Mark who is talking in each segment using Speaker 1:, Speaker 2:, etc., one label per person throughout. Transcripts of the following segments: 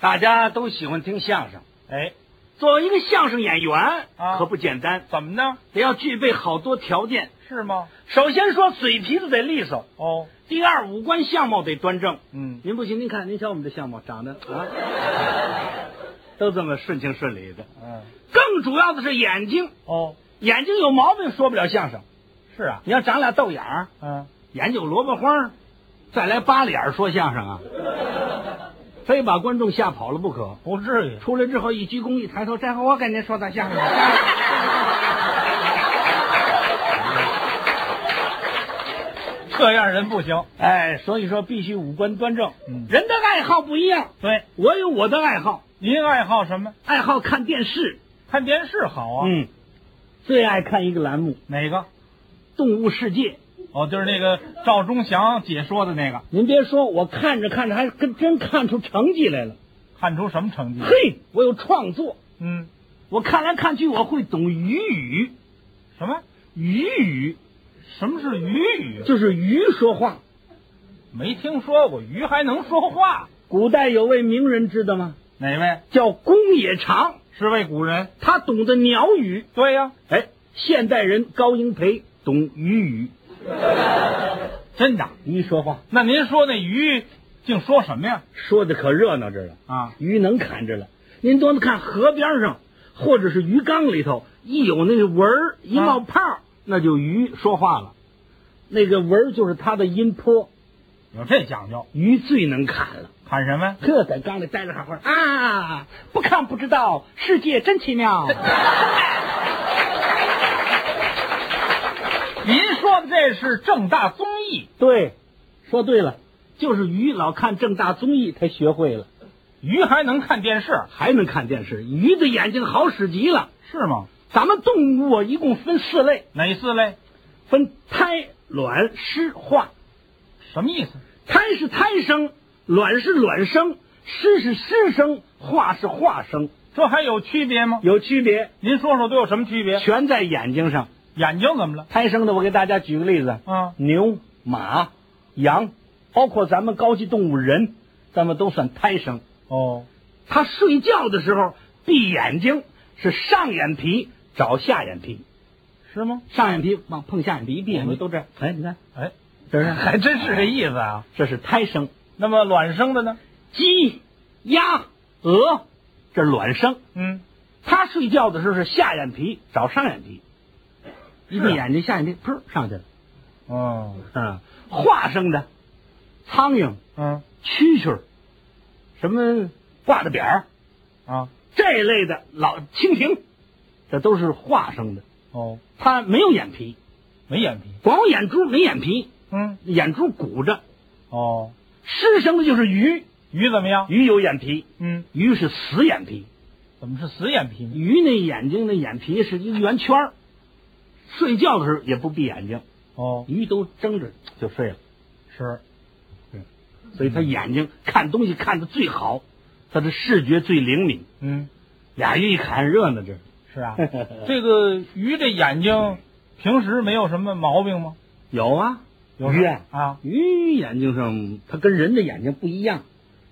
Speaker 1: 大家都喜欢听相声，
Speaker 2: 哎，
Speaker 1: 作为一个相声演员
Speaker 2: 啊
Speaker 1: 可不简单，
Speaker 2: 怎么呢？
Speaker 1: 得要具备好多条件。
Speaker 2: 是吗？
Speaker 1: 首先说嘴皮子得利索，
Speaker 2: 哦，
Speaker 1: 第二五官相貌得端正。
Speaker 2: 嗯，
Speaker 1: 您不信，您看，您瞧我们的相貌长得啊， 都这么顺情顺理的。
Speaker 2: 嗯，
Speaker 1: 更主要的是眼睛，
Speaker 2: 哦，
Speaker 1: 眼睛有毛病说不了相声。
Speaker 2: 是啊，
Speaker 1: 你要长俩豆眼儿，
Speaker 2: 嗯，
Speaker 1: 眼睛有萝卜花儿，再来八脸儿说相声 啊，非把观众吓跑了不可。
Speaker 2: 不至于。
Speaker 1: 出来之后一鞠躬一抬头，待会儿我给您说段相声。
Speaker 2: 这样人不行。
Speaker 1: 哎，所以说必须五官端正。
Speaker 2: 嗯
Speaker 1: 人的爱好不一样，
Speaker 2: 对，
Speaker 1: 我有我的爱好，
Speaker 2: 您爱好什么？
Speaker 1: 爱好看电视。
Speaker 2: 看电视好啊。
Speaker 1: 嗯，最爱看一个栏目《
Speaker 2: 哪个？
Speaker 1: 动物世界》。
Speaker 2: 哦，就是那个赵忠祥解说的那个，
Speaker 1: 您别说，我看着看着还跟真看出成绩来了。
Speaker 2: 看出什么成绩？
Speaker 1: 嗯嘿，我有创作，
Speaker 2: 嗯，
Speaker 1: 我看来看去我会懂鱼语，
Speaker 2: 什么？
Speaker 1: 鱼语
Speaker 2: 什么是鱼语？
Speaker 1: 就是鱼说话。
Speaker 2: 没听说过，鱼还能说话？
Speaker 1: 古代有位名人知道吗？
Speaker 2: 哪位？
Speaker 1: 叫公冶长，
Speaker 2: 是位古人。
Speaker 1: 他懂得鸟语。
Speaker 2: 对呀、
Speaker 1: 哎，现代人高英培懂鱼 语，
Speaker 2: 真的。
Speaker 1: 鱼说话
Speaker 2: 那您说那鱼净说什么呀？
Speaker 1: 说的可热闹着了。
Speaker 2: 啊，
Speaker 1: 鱼能砍着了。您多看河边上或者是鱼缸里头，一有那个纹儿一冒泡
Speaker 2: 啊
Speaker 1: 儿，那就鱼说话了。那个纹儿就是它的音波，
Speaker 2: 有这讲究。
Speaker 1: 鱼最能砍了。
Speaker 2: 看什么呀？
Speaker 1: 呵，在缸里待着喊话啊，不看不知道，世界真奇妙。
Speaker 2: 您说的这是正大综艺，
Speaker 1: 对，说对了，就是鱼老看正大综艺，他学会了，
Speaker 2: 鱼还能看电视，
Speaker 1: 还能看电视。鱼的眼睛好使极了。
Speaker 2: 是吗？
Speaker 1: 咱们动物啊，一共分四类，
Speaker 2: 哪四类？
Speaker 1: 分胎、卵、湿、化。
Speaker 2: 什么意思？
Speaker 1: 胎是胎生，卵是卵生，湿是湿生，化是化生，
Speaker 2: 这还有区别吗？
Speaker 1: 有区别，
Speaker 2: 您说说都有什么区别？
Speaker 1: 全在眼睛上。
Speaker 2: 眼睛怎么了？
Speaker 1: 胎生的，我给大家举个例子，
Speaker 2: 啊，
Speaker 1: 牛、马、羊，包括咱们高级动物人，咱们都算胎生。
Speaker 2: 哦，
Speaker 1: 它睡觉的时候闭眼睛，是上眼皮找下眼皮，
Speaker 2: 是吗？
Speaker 1: 上眼皮往碰下眼皮，一闭眼
Speaker 2: 我
Speaker 1: 睛
Speaker 2: 们都这样。
Speaker 1: 哎，你看，
Speaker 2: 哎，
Speaker 1: 这是
Speaker 2: 还真是这意思啊。
Speaker 1: 这是胎生。
Speaker 2: 那么卵生的呢？
Speaker 1: 鸡、鸭、鹅，这是卵生。
Speaker 2: 嗯，
Speaker 1: 他睡觉的时候是下眼皮找上眼皮，一
Speaker 2: 是啊
Speaker 1: 闭眼睛下眼皮噗上去了。
Speaker 2: 哦，
Speaker 1: 嗯，化生的苍蝇、
Speaker 2: 嗯
Speaker 1: 蛐蛐儿，什么画的扁儿
Speaker 2: 啊，
Speaker 1: 这一类的老蜻蜓，这都是化生的。
Speaker 2: 哦，
Speaker 1: 它没有眼皮，
Speaker 2: 没眼皮。
Speaker 1: 光有眼珠没眼皮，
Speaker 2: 嗯，
Speaker 1: 眼珠鼓着。
Speaker 2: 哦，
Speaker 1: 湿生的就是鱼，
Speaker 2: 鱼怎么样？
Speaker 1: 鱼有眼皮，
Speaker 2: 嗯，
Speaker 1: 鱼是死眼皮。
Speaker 2: 怎么是死眼皮呢？
Speaker 1: 鱼那眼睛那眼皮是一个圆圈儿，睡觉的时候也不闭眼睛，
Speaker 2: 哦，
Speaker 1: 鱼都睁着就睡了。
Speaker 2: 是。
Speaker 1: 所以他眼睛看东西看的最好，他的视觉最灵敏。
Speaker 2: 嗯，
Speaker 1: 俩鱼一砍热闹，这是
Speaker 2: 是 啊。这个鱼这眼睛平时没有什么毛病吗？
Speaker 1: 有啊，
Speaker 2: 有
Speaker 1: 鱼
Speaker 2: 啊啊，
Speaker 1: 鱼眼睛上它跟人的眼睛不一样。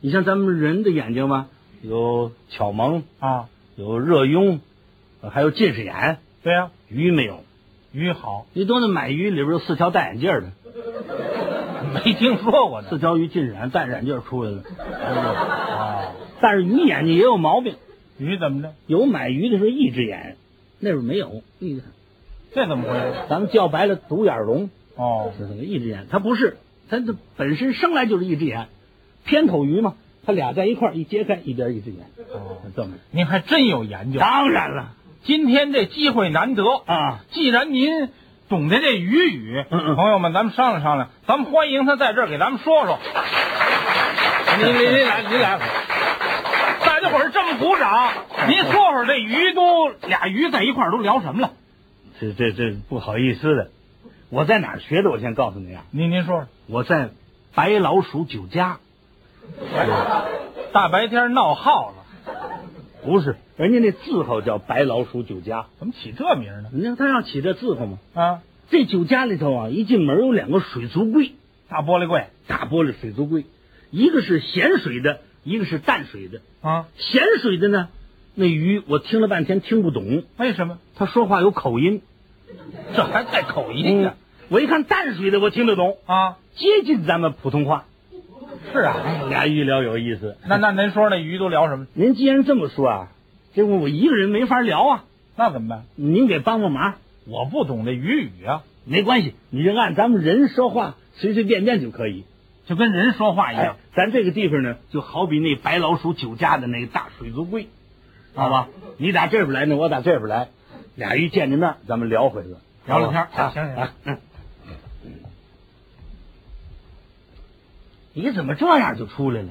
Speaker 1: 你像咱们人的眼睛吧，有巧蒙，
Speaker 2: 啊，
Speaker 1: 有热痈，呃还有近视眼，
Speaker 2: 对呀、
Speaker 1: 鱼没有。
Speaker 2: 鱼好，
Speaker 1: 你多那买鱼里边有四条戴眼镜的，
Speaker 2: 没听说过呢
Speaker 1: 四。条鱼近视眼戴着眼镜出来了。
Speaker 2: 啊，
Speaker 1: 但是鱼眼睛也有毛病，
Speaker 2: 鱼怎么着？
Speaker 1: 有买鱼的时候一只眼，那时候没有，一只
Speaker 2: 这怎么回事？
Speaker 1: 咱们叫白了独眼龙。
Speaker 2: 哦，
Speaker 1: 是一只眼，它不是，它这本身生来就是一只眼，偏头鱼嘛，它俩在一块儿一揭开，一边一只眼，
Speaker 2: 哦
Speaker 1: 这么。
Speaker 2: 您还真有研究。
Speaker 1: 当然了
Speaker 2: 今天这机会难得，
Speaker 1: 啊，
Speaker 2: 既然您懂得这鱼语，
Speaker 1: 嗯嗯
Speaker 2: 朋友们，咱们商量商量，咱们欢迎他在这儿给咱们说说。您您您来，您来会儿。大家伙儿这么鼓掌，您说说这鱼都俩鱼在一块儿都聊什么了？
Speaker 1: 这这这不好意思的，我在哪儿学的？我先告诉你啊，
Speaker 2: 您您说
Speaker 1: 我在白老鼠酒家，
Speaker 2: 说，大白天闹耗了，
Speaker 1: 不是人家那字号叫白老鼠酒家，
Speaker 2: 怎么起这名儿呢？
Speaker 1: 你看他让起这字号吗？
Speaker 2: 啊，
Speaker 1: 这酒家里头啊，一进门有两个水族柜，
Speaker 2: 大玻璃柜，
Speaker 1: 大玻璃水族柜，一个是咸水的，一个是淡水的，
Speaker 2: 啊？
Speaker 1: 咸水的呢，那鱼我听了半天听不懂，
Speaker 2: 为什么？
Speaker 1: 他说话有口音。
Speaker 2: 这还带口
Speaker 1: 嗯
Speaker 2: 音呢？，
Speaker 1: 我一看淡水的我听得懂，
Speaker 2: 啊，
Speaker 1: 接近咱们普通话。哎
Speaker 2: 是啊。
Speaker 1: 俩鱼聊有意思。
Speaker 2: 那那您说那鱼都聊什么？
Speaker 1: 您既然这么说啊，这我一个人没法聊啊，
Speaker 2: 那怎么办？
Speaker 1: 您给帮帮忙。
Speaker 2: 我不懂这鱼语啊，
Speaker 1: 没关系，你就按咱们人说话，随随便便就可以。
Speaker 2: 就跟人说话一
Speaker 1: 哎
Speaker 2: 样。，
Speaker 1: 咱这个地方呢，就好比那白老鼠酒家的那个大水族柜，好吧？你打这边来呢，我打这边来，俩鱼见着面，咱们聊会子，
Speaker 2: 聊聊天
Speaker 1: 好吧
Speaker 2: 啊行行
Speaker 1: 啊嗯你怎么这样就出来了？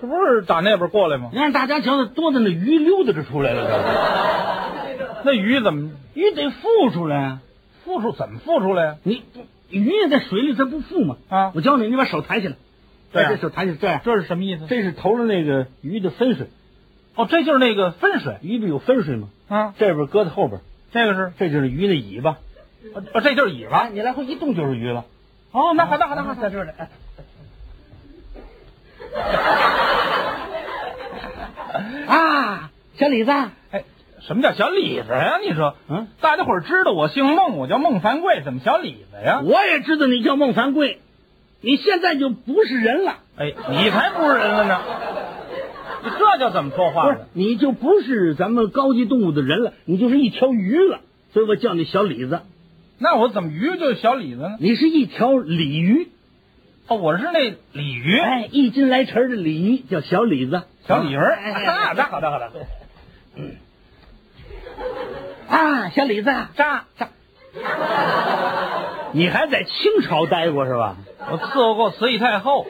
Speaker 2: 这不是打那边过来吗？
Speaker 1: 你让大家瞧瞧，多的那鱼溜达着出来了，
Speaker 2: 那鱼怎么
Speaker 1: 这鱼得浮出来啊！
Speaker 2: 孵出？怎么孵出来呀、
Speaker 1: 你不鱼也在水里，它不浮吗？
Speaker 2: 啊
Speaker 1: 我教你，你把手抬起来，
Speaker 2: 对啊
Speaker 1: 哎这手抬起来，这样，
Speaker 2: 这是什么意思？
Speaker 1: 这是投了那个鱼的分水，
Speaker 2: 哦，这就是那个分水
Speaker 1: 鱼不有分水吗？
Speaker 2: 啊，
Speaker 1: 这边搁在后边，
Speaker 2: 这个是
Speaker 1: 这就是鱼的尾巴。
Speaker 2: 哦，这就是尾巴。
Speaker 1: 哎你来回一动就是鱼了。
Speaker 2: 哦，那好，那好，那好，在这儿呢。哎
Speaker 1: 啊，小李子，
Speaker 2: 哎，什么叫小李子呀？你说，
Speaker 1: 嗯，
Speaker 2: 大家伙儿知道我姓孟，我叫孟凡贵，怎么小李子呀？
Speaker 1: 我也知道你叫孟凡贵，你现在就不是人了，
Speaker 2: 哎，你才不是人了呢！你这叫怎么说话
Speaker 1: 不是
Speaker 2: 呢？，
Speaker 1: 你就不是咱们高级动物的人了，你就是一条鱼了。所以我叫你小李子，
Speaker 2: 那我怎么鱼就是小李子呢？
Speaker 1: 你是一条鲤鱼，
Speaker 2: 哦，我是那鲤鱼，
Speaker 1: 哎，一斤来沉的鲤鱼叫小李子，
Speaker 2: 小鲤鱼儿。
Speaker 1: 哎哎
Speaker 2: 那
Speaker 1: 哎
Speaker 2: 那好的好的，
Speaker 1: 啊，小李子，
Speaker 2: 扎扎，
Speaker 1: 你还在清朝待过是吧？
Speaker 2: 我伺候过慈禧太后。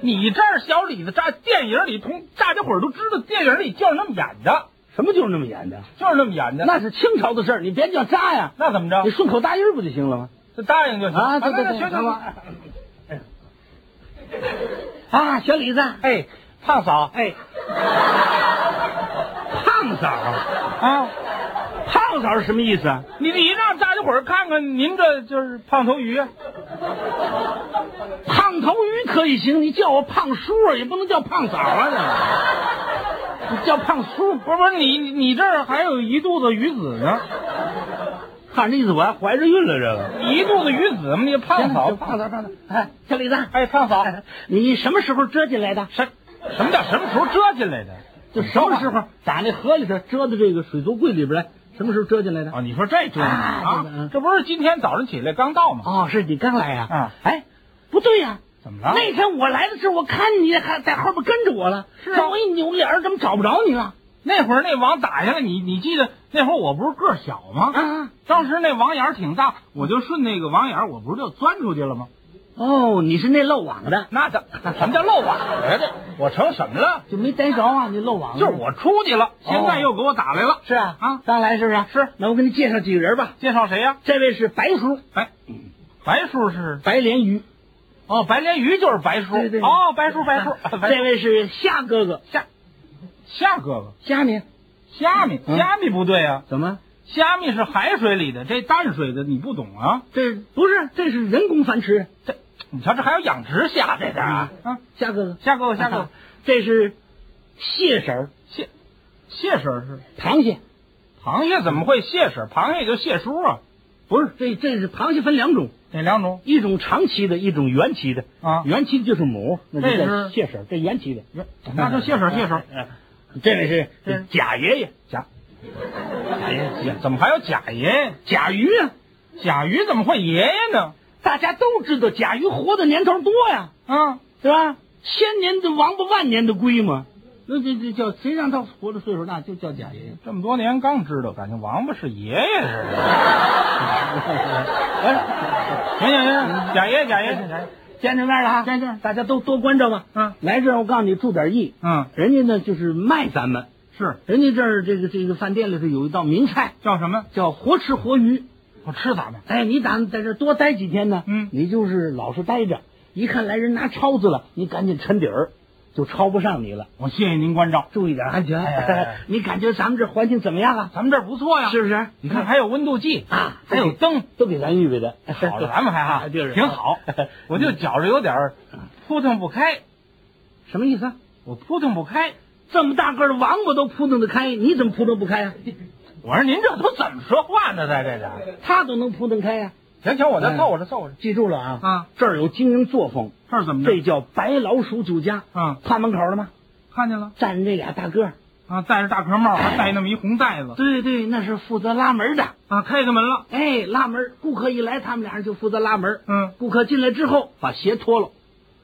Speaker 2: 你这儿小李子扎，电影里同大家伙儿都知道，电影里就是那么演的，
Speaker 1: 什么就是那么演的？
Speaker 2: 就是那么演的。
Speaker 1: 那啊是清朝的事儿，你别叫渣呀，
Speaker 2: 那怎么着
Speaker 1: 你？顺口答音儿不就行了吗？
Speaker 2: 就答应就行
Speaker 1: 啊，对对
Speaker 2: 那
Speaker 1: 对，
Speaker 2: 行行行。
Speaker 1: 啊，小李子，
Speaker 2: 哎，胖嫂，
Speaker 1: 哎，胖嫂，
Speaker 2: 啊，
Speaker 1: 胖嫂是什么意思啊？
Speaker 2: 你你让大家伙儿看看您这就是胖头鱼啊！
Speaker 1: 胖头鱼可以行，你叫我胖叔啊也不能叫胖嫂啊，你你叫胖叔，
Speaker 2: 不是不是，你你你这儿还有一肚子鱼籽呢，
Speaker 1: 看这意思我还怀着孕了，这个
Speaker 2: 一肚子鱼籽嘛，你胖嫂
Speaker 1: 行胖嫂，胖嫂，哎，小李子，
Speaker 2: 哎，胖嫂，
Speaker 1: 你什么时候折进来的？
Speaker 2: 什什么叫什么时候折进来的？
Speaker 1: 就什么时候打那河里头折到这个水族柜里边来？什么时候折进来的？
Speaker 2: 啊？你说这折腾
Speaker 1: 啊对对
Speaker 2: 啊
Speaker 1: 嗯？
Speaker 2: 这不是今天早上起来刚到吗？
Speaker 1: 哦，是你刚来呀、
Speaker 2: 啊
Speaker 1: 哎，不对呀、
Speaker 2: 怎么了
Speaker 1: 那天我来的时候，我看你还在后边跟着我了，
Speaker 2: 是啊
Speaker 1: 这我一扭脸儿，怎么找不着你了？
Speaker 2: 那会儿那网打下来，你你记得那会儿我不是个儿小吗？
Speaker 1: 啊，
Speaker 2: 当时那网眼儿挺大，我就顺那个网眼儿，我不是就钻出去了吗？
Speaker 1: 哦，你是那漏网的，
Speaker 2: 那叫什么叫漏网来的？我成什么了？
Speaker 1: 就没逮着啊？你漏网
Speaker 2: 就是我出去了，现在又给我打来了。
Speaker 1: 是啊
Speaker 2: 啊，
Speaker 1: 刚来是不是？
Speaker 2: 是。
Speaker 1: 那我给你介绍几个人吧。
Speaker 2: 介绍谁呀、
Speaker 1: 这位是白叔，
Speaker 2: 白白叔是
Speaker 1: 白鲢鱼。
Speaker 2: 哦，白鲢鱼就是白叔
Speaker 1: 对对对啊
Speaker 2: 哦，白叔白叔，白
Speaker 1: 这位是虾哥哥，
Speaker 2: 虾虾哥哥，
Speaker 1: 虾米？
Speaker 2: 虾米
Speaker 1: 嗯
Speaker 2: 虾米不对呀、
Speaker 1: 怎么？
Speaker 2: 虾米是海水里的，这淡水的你不懂啊？
Speaker 1: 这不是？这是人工繁殖。
Speaker 2: 这你瞧，这还有养殖虾这的啊啊！
Speaker 1: 虾嗯哥哥，
Speaker 2: 虾哥哥，虾哥哥，
Speaker 1: 啊这是蟹色儿，
Speaker 2: 蟹蟹婶儿是
Speaker 1: 螃蟹。
Speaker 2: 螃蟹怎么会蟹婶儿？螃蟹就蟹叔啊，
Speaker 1: 不是，这这是螃蟹分两种，
Speaker 2: 哪两种？
Speaker 1: 一种长鳍的，一种圆鳍的。
Speaker 2: 啊
Speaker 1: 圆鳍的就是母，那
Speaker 2: 这
Speaker 1: 就叫
Speaker 2: 是
Speaker 1: 蟹婶儿；这圆鳍的，
Speaker 2: 那就蟹婶儿蟹婶儿。
Speaker 1: 哎。这位
Speaker 2: 这
Speaker 1: 是
Speaker 2: 是
Speaker 1: 嗯贾爷爷，
Speaker 2: 贾
Speaker 1: 贾爷爷，
Speaker 2: 怎么还有贾爷？
Speaker 1: 贾鱼啊！
Speaker 2: 贾鱼怎么会爷爷呢？
Speaker 1: 大家都知道贾鱼活的年头多呀，
Speaker 2: 啊，
Speaker 1: 对吧？千年的王八，万年的龟嘛。那这这叫谁让他活的岁数大，就叫贾爷爷。
Speaker 2: 这么多年刚知道，感情王八是爷爷似 的。
Speaker 1: 哎，
Speaker 2: 行行行，贾爷贾爷，
Speaker 1: 见着面了哈，
Speaker 2: 见面
Speaker 1: 大家都多关照吧。
Speaker 2: 嗯
Speaker 1: 来这儿我告诉你，注点意。
Speaker 2: 嗯，
Speaker 1: 人家呢就是卖咱们，
Speaker 2: 是
Speaker 1: 人家这儿这个这个饭店里头有一道名菜
Speaker 2: 叫什么？
Speaker 1: 叫活吃活鱼。
Speaker 2: 我吃咱们。
Speaker 1: 哎，你打算在这儿多待几天呢？
Speaker 2: 嗯
Speaker 1: 你就是老实待着，一看来人拿抄子了，你赶紧沉底儿，就抄不上你了。
Speaker 2: 我谢谢您关照，
Speaker 1: 注意点安全。
Speaker 2: 哎哎哎
Speaker 1: 你感觉咱们这环境怎么样啊？
Speaker 2: 咱们这儿不错呀。
Speaker 1: 是不是？
Speaker 2: 你看还有温度计
Speaker 1: 啊
Speaker 2: 还有灯，
Speaker 1: 都给咱预备的，哎
Speaker 2: 好了，咱们还哈，
Speaker 1: 就是
Speaker 2: 挺好。我就觉着有点儿扑腾不开，
Speaker 1: 什么意思啊？
Speaker 2: 我扑腾不开。
Speaker 1: 这么大个儿的王八都扑腾得开，你怎么扑腾不开 呀、
Speaker 2: 我说您这都怎么说话呢？在这里，
Speaker 1: 他都能扑腾开呀、
Speaker 2: 行行，我
Speaker 1: 嗯
Speaker 2: 再凑合着凑合着。
Speaker 1: 记住了啊，嗯
Speaker 2: 啊，
Speaker 1: 这儿有经营作风，
Speaker 2: 这是怎
Speaker 1: 这叫白老鼠酒家。
Speaker 2: 啊，
Speaker 1: 跨门口了吗？
Speaker 2: 看见了
Speaker 1: 站着这俩大个儿，
Speaker 2: 啊，戴着大壳帽，还戴那么一红袋子
Speaker 1: 对对，那是负责拉门的。
Speaker 2: 啊，开开门了。
Speaker 1: 哎，拉门，顾客一来，他们俩人就负责拉门。
Speaker 2: 嗯，
Speaker 1: 顾客进来之后，把鞋脱了，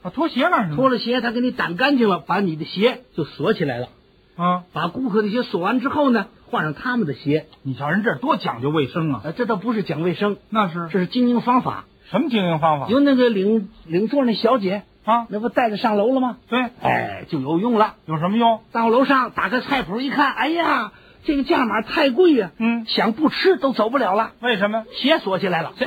Speaker 2: 啊，拖鞋干什
Speaker 1: 脱
Speaker 2: 么？
Speaker 1: 了鞋，他给你掸干净了，把你的鞋就锁起来了。
Speaker 2: 啊，
Speaker 1: 把顾客的鞋锁完之后呢，换上他们的鞋。
Speaker 2: 你瞧人这多讲究卫生啊！
Speaker 1: 呃，这倒不是讲卫生，
Speaker 2: 那是
Speaker 1: 这是经营方法。
Speaker 2: 什么经营方法
Speaker 1: 有那个领领座那小姐，
Speaker 2: 啊？
Speaker 1: 那不带着上楼了吗？
Speaker 2: 对，
Speaker 1: 哎，就有用了。
Speaker 2: 有什么用？
Speaker 1: 到楼上打开菜谱一看，哎呀，这个价码太贵呀、
Speaker 2: 嗯
Speaker 1: 想不吃都走不了了，
Speaker 2: 为什么？
Speaker 1: 鞋锁起来了。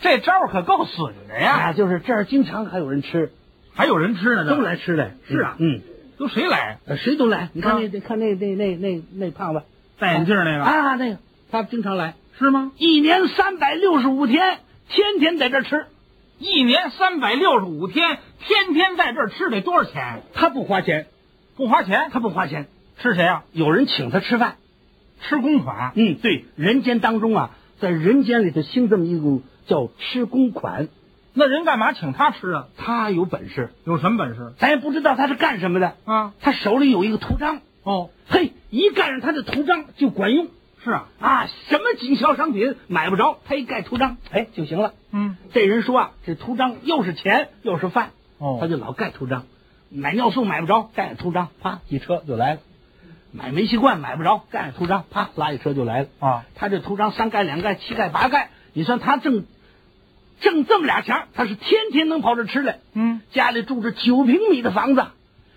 Speaker 2: 这招可够损的呀！
Speaker 1: 啊，就是这儿经常还有人吃，
Speaker 2: 还有人吃呢，
Speaker 1: 都来吃的。
Speaker 2: 是啊
Speaker 1: 嗯，
Speaker 2: 都谁来？
Speaker 1: 呃谁都来。你看
Speaker 2: 啊
Speaker 1: 那、那看那那那那那胖子
Speaker 2: 戴眼镜那个
Speaker 1: 啊，那个他经常来，
Speaker 2: 是吗？
Speaker 1: 一年三百六十五天，天天在这儿吃，
Speaker 2: 一年三百六十五天，天天在这儿吃得多少钱？
Speaker 1: 他不花钱，
Speaker 2: 不花钱，
Speaker 1: 他不花钱，
Speaker 2: 吃谁啊？
Speaker 1: 有人请他吃饭。
Speaker 2: 吃公款。
Speaker 1: 嗯，对，人间当中啊，在人间里头兴这么一股叫吃公款，
Speaker 2: 那人干嘛请他吃啊？
Speaker 1: 他有本事，
Speaker 2: 有什么本事
Speaker 1: 咱也不知道他是干什么的，
Speaker 2: 啊？
Speaker 1: 他手里有一个图章，
Speaker 2: 哦，
Speaker 1: 嘿，一盖上他的图章就管用
Speaker 2: 是啊，
Speaker 1: 啊，什么经销商品买不着，他一盖图章，哎就行了。
Speaker 2: 嗯，
Speaker 1: 这人说啊，这图章又是钱又是饭，
Speaker 2: 哦
Speaker 1: 他就老盖图章，买尿素买不着，盖上图章，啪一车就来了；买煤气罐买不着，盖上图章，啪拉一车就来了。
Speaker 2: 啊，
Speaker 1: 他这图章三盖、两盖、七盖、八盖，你算他挣挣这么俩钱儿，他是天天能跑这吃来。
Speaker 2: 嗯，
Speaker 1: 家里住着九平米的房子，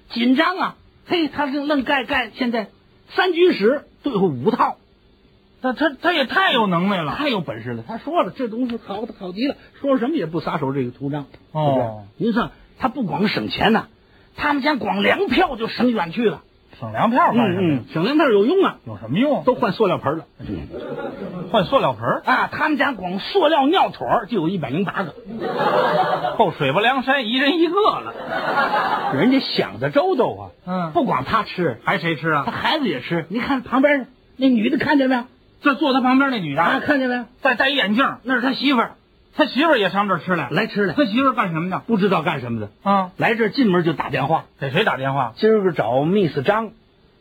Speaker 1: 紧张啊！嘿，他是愣盖盖，现在三居室对付五套，
Speaker 2: 他他他也太有能耐了。
Speaker 1: 太有本事了。他说了，这东西好好极了，说什么也不撒手这个图章。
Speaker 2: 哦
Speaker 1: 是不是，您算他不光省钱呐、他们家光粮票就省远去了。嗯
Speaker 2: 省粮票干什么呀？，
Speaker 1: 省粮票有用啊，
Speaker 2: 有什么用？
Speaker 1: 都换塑料盆了。
Speaker 2: 换塑料盆儿，
Speaker 1: 嗯啊，他们家光塑料尿腿儿就有一百零八个，
Speaker 2: 够哦水泊梁山一人一个了。
Speaker 1: 人家想的周到啊。
Speaker 2: 嗯
Speaker 1: 不光他吃，
Speaker 2: 还谁吃
Speaker 1: 他
Speaker 2: 啊？
Speaker 1: 孩子也吃。你看旁边那女的看见没有？
Speaker 2: 这坐他旁边那女的
Speaker 1: 啊，
Speaker 2: 啊，
Speaker 1: 看见没有？
Speaker 2: 再戴一眼镜，
Speaker 1: 那是他媳妇儿
Speaker 2: 他媳妇儿也上这儿吃来了。
Speaker 1: 来吃来，
Speaker 2: 他媳妇儿干什么的？
Speaker 1: 不知道干什么的，
Speaker 2: 啊，
Speaker 1: 来这儿进门就打电话，
Speaker 2: 给谁打电话？
Speaker 1: 今儿个找 Miss 张，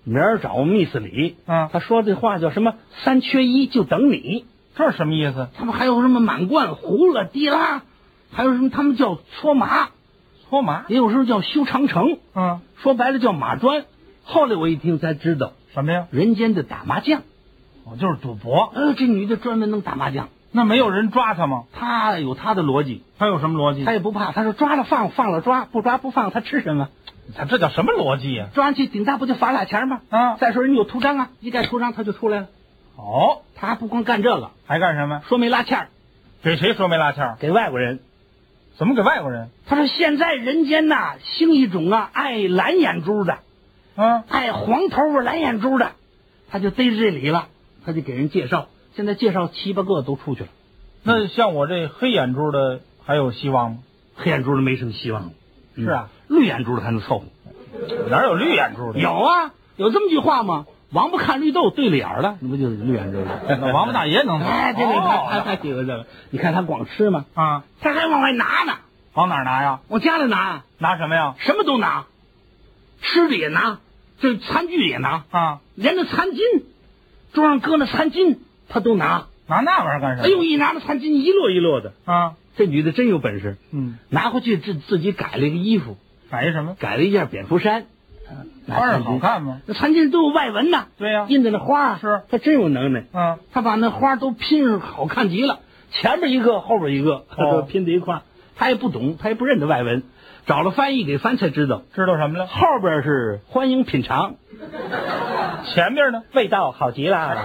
Speaker 1: 明儿找 Miss 李。
Speaker 2: 嗯
Speaker 1: 他说这话叫什么？三缺一就等你。
Speaker 2: 这是什么意思？
Speaker 1: 他们还有什么满贯、胡了、滴拉，还有什么他们叫搓麻，
Speaker 2: 搓麻。
Speaker 1: 也有时候叫修长城。
Speaker 2: 嗯，
Speaker 1: 说白了叫马砖。后来我一听才知道，
Speaker 2: 什么呀？
Speaker 1: 人间的打麻将。
Speaker 2: 我就是赌博。
Speaker 1: 呃，这女的专门能打麻将，
Speaker 2: 那没有人抓他吗？
Speaker 1: 她有她的逻辑，
Speaker 2: 他有什么逻辑
Speaker 1: 她？也不怕。她说抓了放，放了抓，不抓不放，她吃什么？
Speaker 2: 他这叫什么逻辑呀、
Speaker 1: 抓上去顶大不就罚俩钱吗？
Speaker 2: 啊
Speaker 1: 再说人有图章啊，一盖图章她就出来了。
Speaker 2: 哦，
Speaker 1: 她不光干这个，
Speaker 2: 还干什么？
Speaker 1: 说没拉欠儿
Speaker 2: 给谁说没拉欠儿？
Speaker 1: 给外国人。
Speaker 2: 怎么给外国人？
Speaker 1: 她说现在人间呐兴一种啊爱蓝眼珠的，
Speaker 2: 啊，
Speaker 1: 爱哎黄头发蓝眼珠的，她就逮着这里了，她就给人介绍。现在介绍七八个都出去了，
Speaker 2: 那像我这黑眼珠的还有希望吗？
Speaker 1: 黑眼珠的没什么希望了。
Speaker 2: 是啊
Speaker 1: 嗯，绿眼珠的还能凑合。
Speaker 2: 哪有绿眼珠的？
Speaker 1: 有啊，有这么句话吗？王八看绿豆对了眼儿了，那不就是绿眼珠吗？
Speaker 2: 那王八大爷能吗
Speaker 1: 哎，这个你看，他
Speaker 2: 哦
Speaker 1: 太喜欢这个。你看他光吃吗？
Speaker 2: 啊，
Speaker 1: 他还往外拿呢，
Speaker 2: 往哪儿拿呀？
Speaker 1: 往家里拿，
Speaker 2: 拿什么呀？
Speaker 1: 什么都拿，吃的也拿，这餐具也拿，
Speaker 2: 啊，
Speaker 1: 连那餐巾，桌上搁那餐巾他都拿。
Speaker 2: 拿那玩意儿干什
Speaker 1: 哎
Speaker 2: 么？
Speaker 1: 呦，一拿那餐巾一摞一摞的，
Speaker 2: 啊，
Speaker 1: 这女的真有本事。
Speaker 2: 嗯，
Speaker 1: 拿回去自自己改了一个衣服，
Speaker 2: 买一什么？
Speaker 1: 改了一件蝙蝠衫，呃
Speaker 2: 花儿好看吗？
Speaker 1: 那餐巾都有外文呐，
Speaker 2: 对呀
Speaker 1: 印的那花啊
Speaker 2: 是
Speaker 1: 他真有能耐，
Speaker 2: 啊，
Speaker 1: 他把那花都拼上，好看极了，前面一个，后边一个，他
Speaker 2: 哦
Speaker 1: 都拼在一块儿。他也不懂，他也不认得外文，找了翻译给翻才知道，
Speaker 2: 知道什么了？
Speaker 1: 后边是欢迎品尝，
Speaker 2: 前面呢？
Speaker 1: 味道好极 了。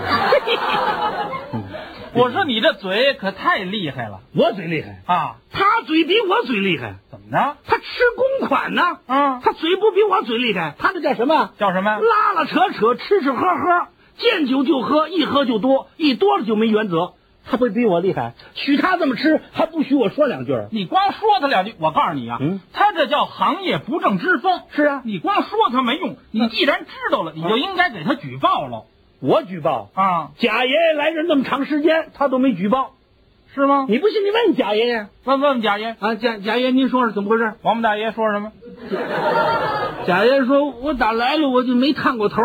Speaker 2: 我说你这嘴可太厉害了
Speaker 1: 我嘴厉害，
Speaker 2: 啊！
Speaker 1: 他嘴比我嘴厉害，
Speaker 2: 怎么着？
Speaker 1: 他吃公款呢，
Speaker 2: 嗯
Speaker 1: 他嘴不比我嘴厉害，他这叫什么？
Speaker 2: 叫什么？
Speaker 1: 拉拉扯扯，吃吃喝喝，见酒就喝，一喝就多，一多了就没原则。他会比我厉害。许他这么吃，还不许我说两句儿？
Speaker 2: 你光说他两句，我告诉你啊，
Speaker 1: 嗯
Speaker 2: 他这叫行业不正之风。
Speaker 1: 是啊
Speaker 2: 你光说他没用，你既然知道了，你就应该给他举报了
Speaker 1: 我举报
Speaker 2: 啊，
Speaker 1: 贾爷爷来这那么长时间，他都没举报。
Speaker 2: 是吗？
Speaker 1: 你不信，你问贾爷爷
Speaker 2: 问问贾爷，
Speaker 1: 啊。贾贾爷，您说说怎么回事？
Speaker 2: 王八大爷说什么？
Speaker 1: 贾爷说：“我打来了，我就没探过头，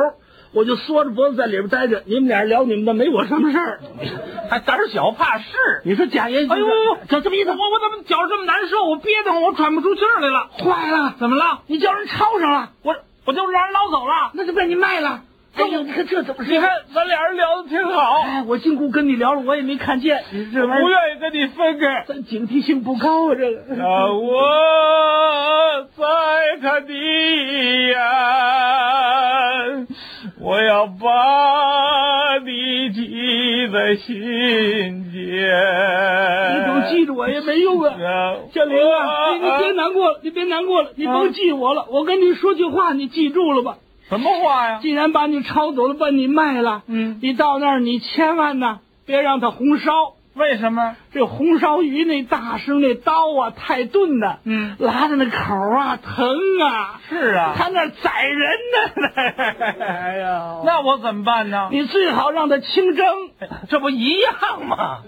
Speaker 1: 我就缩着脖子在里边待着。你们俩聊你们的，没我什么事儿。
Speaker 2: 还胆儿小怕事。
Speaker 1: 你说贾爷，
Speaker 2: 哎呦，
Speaker 1: 这这么一
Speaker 2: 我
Speaker 1: 思，
Speaker 2: 我怎么觉着这么难受？我憋得慌，我喘不出气儿来了。
Speaker 1: 坏了，
Speaker 2: 怎么了？
Speaker 1: 你叫人抄上了，
Speaker 2: 我我就让人捞走了。
Speaker 1: 那就被你卖了。
Speaker 2: 哎
Speaker 1: 哎
Speaker 2: 呦
Speaker 1: 呦，你看这怎么
Speaker 2: 你
Speaker 1: 是？
Speaker 2: 看咱俩人聊的挺好，
Speaker 1: 哎，我进屋跟你聊了，我也没看见，你这
Speaker 2: 我
Speaker 1: 玩
Speaker 2: 不
Speaker 1: 意儿
Speaker 2: 愿意跟你分开。
Speaker 1: 咱警惕性不高啊，这个。
Speaker 2: 啊，我再看你一眼，我要把你记在心间。
Speaker 1: 你
Speaker 2: 你
Speaker 1: 总记着我也没用啊。”
Speaker 2: 啊，
Speaker 1: 小林啊，
Speaker 2: 我
Speaker 1: 你你别难过了，你别难过了，你
Speaker 2: 哎
Speaker 1: 甭记我了。我跟你说句话，你记住了吧？
Speaker 2: 什么话呀？
Speaker 1: 既然把你抄走了，把你卖了，
Speaker 2: 嗯，
Speaker 1: 你到那儿你千万呐，别让它红烧。
Speaker 2: 为什么？
Speaker 1: 这红烧鱼那大声那刀啊太钝呐，
Speaker 2: 嗯
Speaker 1: 拉的那口啊疼啊，
Speaker 2: 是啊，
Speaker 1: 他那儿宰人呢。 哎呀，
Speaker 2: 那我怎么办呢？
Speaker 1: 你最好让他清蒸，
Speaker 2: 这不一样吗？